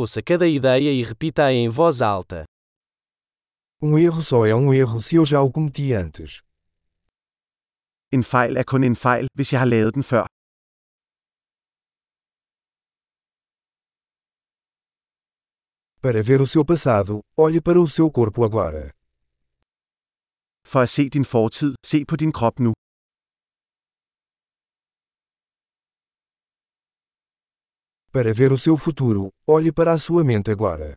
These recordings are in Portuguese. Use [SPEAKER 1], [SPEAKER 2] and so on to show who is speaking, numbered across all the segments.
[SPEAKER 1] Ouça cada ideia e repita-a em voz alta.
[SPEAKER 2] Um erro só é um erro se eu já o cometi antes.
[SPEAKER 3] En fejl er kun en fejl, hvis jeg har lavet den før.
[SPEAKER 2] Para ver o seu passado, olhe para o seu corpo agora.
[SPEAKER 3] For at se din fortid, se på din krop nu.
[SPEAKER 2] Para ver o seu futuro, olhe para a sua mente agora.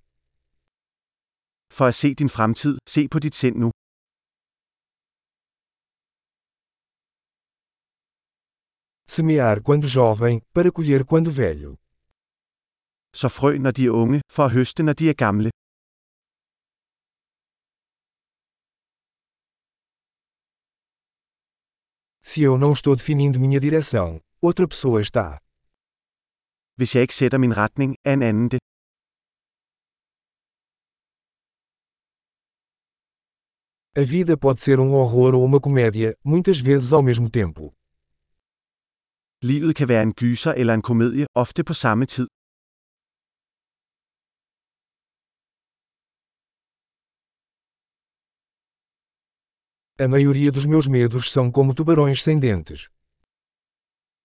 [SPEAKER 3] For at se din fremtid, se på dit sind nu.
[SPEAKER 2] Semear quando jovem, para colher quando velho.
[SPEAKER 3] Så frø, når de er unge, for at høste, når de er gamle.
[SPEAKER 2] Se eu não estou definindo minha direção, outra pessoa está.
[SPEAKER 3] Hvis jeg ikke sætter min retning, er en anden det.
[SPEAKER 2] A vida pode ser um horror ou uma comédia, muitas vezes ao mesmo tempo.
[SPEAKER 3] Livet kan være en gyser eller en komedie, ofte på samme tid.
[SPEAKER 2] A maioria dos meus medos são como tubarões sem dentes.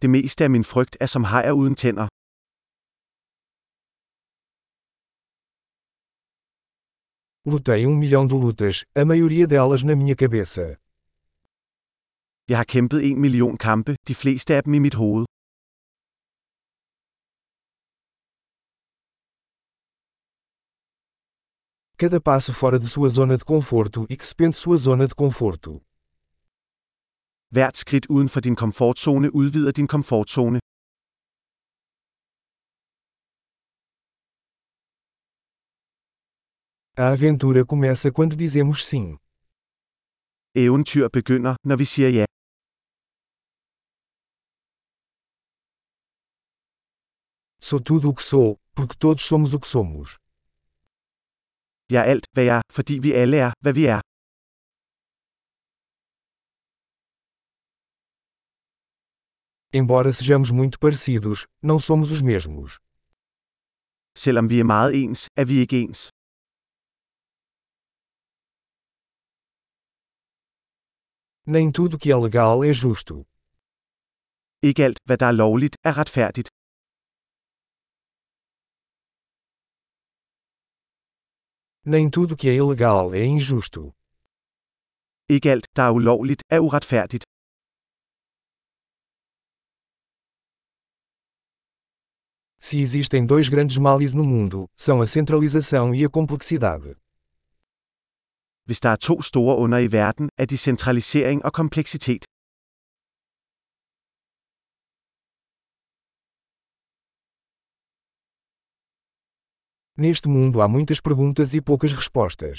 [SPEAKER 3] Det meste af min frygt er som hajer uden tænder.
[SPEAKER 2] Lutei um milhão de lutas, a maioria delas na minha cabeça.
[SPEAKER 3] Jeg har kæmpet en million kampe, de fleste af dem i mit hoved.
[SPEAKER 2] Cada passo fora de sua zona de conforto e que se pende sua zona de conforto.
[SPEAKER 3] Hvert skridt uden for din komfortzone udvider din komfortzone.
[SPEAKER 2] A aventura começa quando dizemos sim.
[SPEAKER 3] Eventyr begynder, når vi siger ja.
[SPEAKER 2] Sou tudo o que sou, porque todos somos o que somos.
[SPEAKER 3] Jeg er alt, hvad jeg er, fordi vi alle er, hvad vi er.
[SPEAKER 2] Embora sejamos muito parecidos, não somos os mesmos.
[SPEAKER 3] Selvom vi er meget ens, er vi ikke ens.
[SPEAKER 2] Nem tudo que é legal é justo.
[SPEAKER 3] Ikke alt, hvad der er lovligt, er retfærdigt.
[SPEAKER 2] Nem tudo que é ilegal é injusto.
[SPEAKER 3] Ikke alt, der er ulovligt, er uretfærdigt.
[SPEAKER 2] Se existem dois grandes males no mundo, são a centralização e a complexidade.
[SPEAKER 3] Hvis der er to store under i verden, er de centralisering og kompleksitet.
[SPEAKER 2] Neste mundo há muitas perguntas e poucas respostas.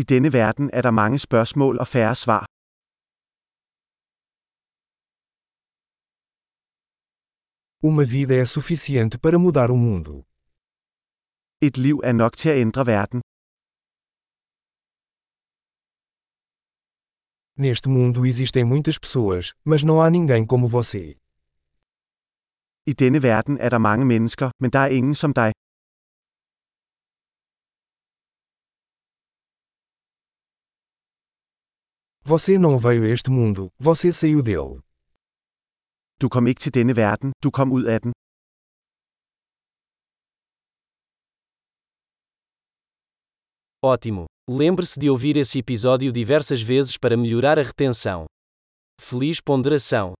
[SPEAKER 3] I denne verden er der mange spørgsmål og færre svar.
[SPEAKER 2] Uma vida é suficiente para mudar o mundo.
[SPEAKER 3] Et liv er nok til at ændre verden.
[SPEAKER 2] Neste mundo existem muitas pessoas, mas não há ninguém como você.
[SPEAKER 3] I denne verden er der mange mennesker, men der er ingen som dig.
[SPEAKER 2] Você não veio a este mundo, você saiu dele.
[SPEAKER 3] Du kom ikke til denne verden, du kom ud af den.
[SPEAKER 1] Ótimo! Lembre-se de ouvir esse episódio diversas vezes para melhorar a retenção. Feliz ponderação!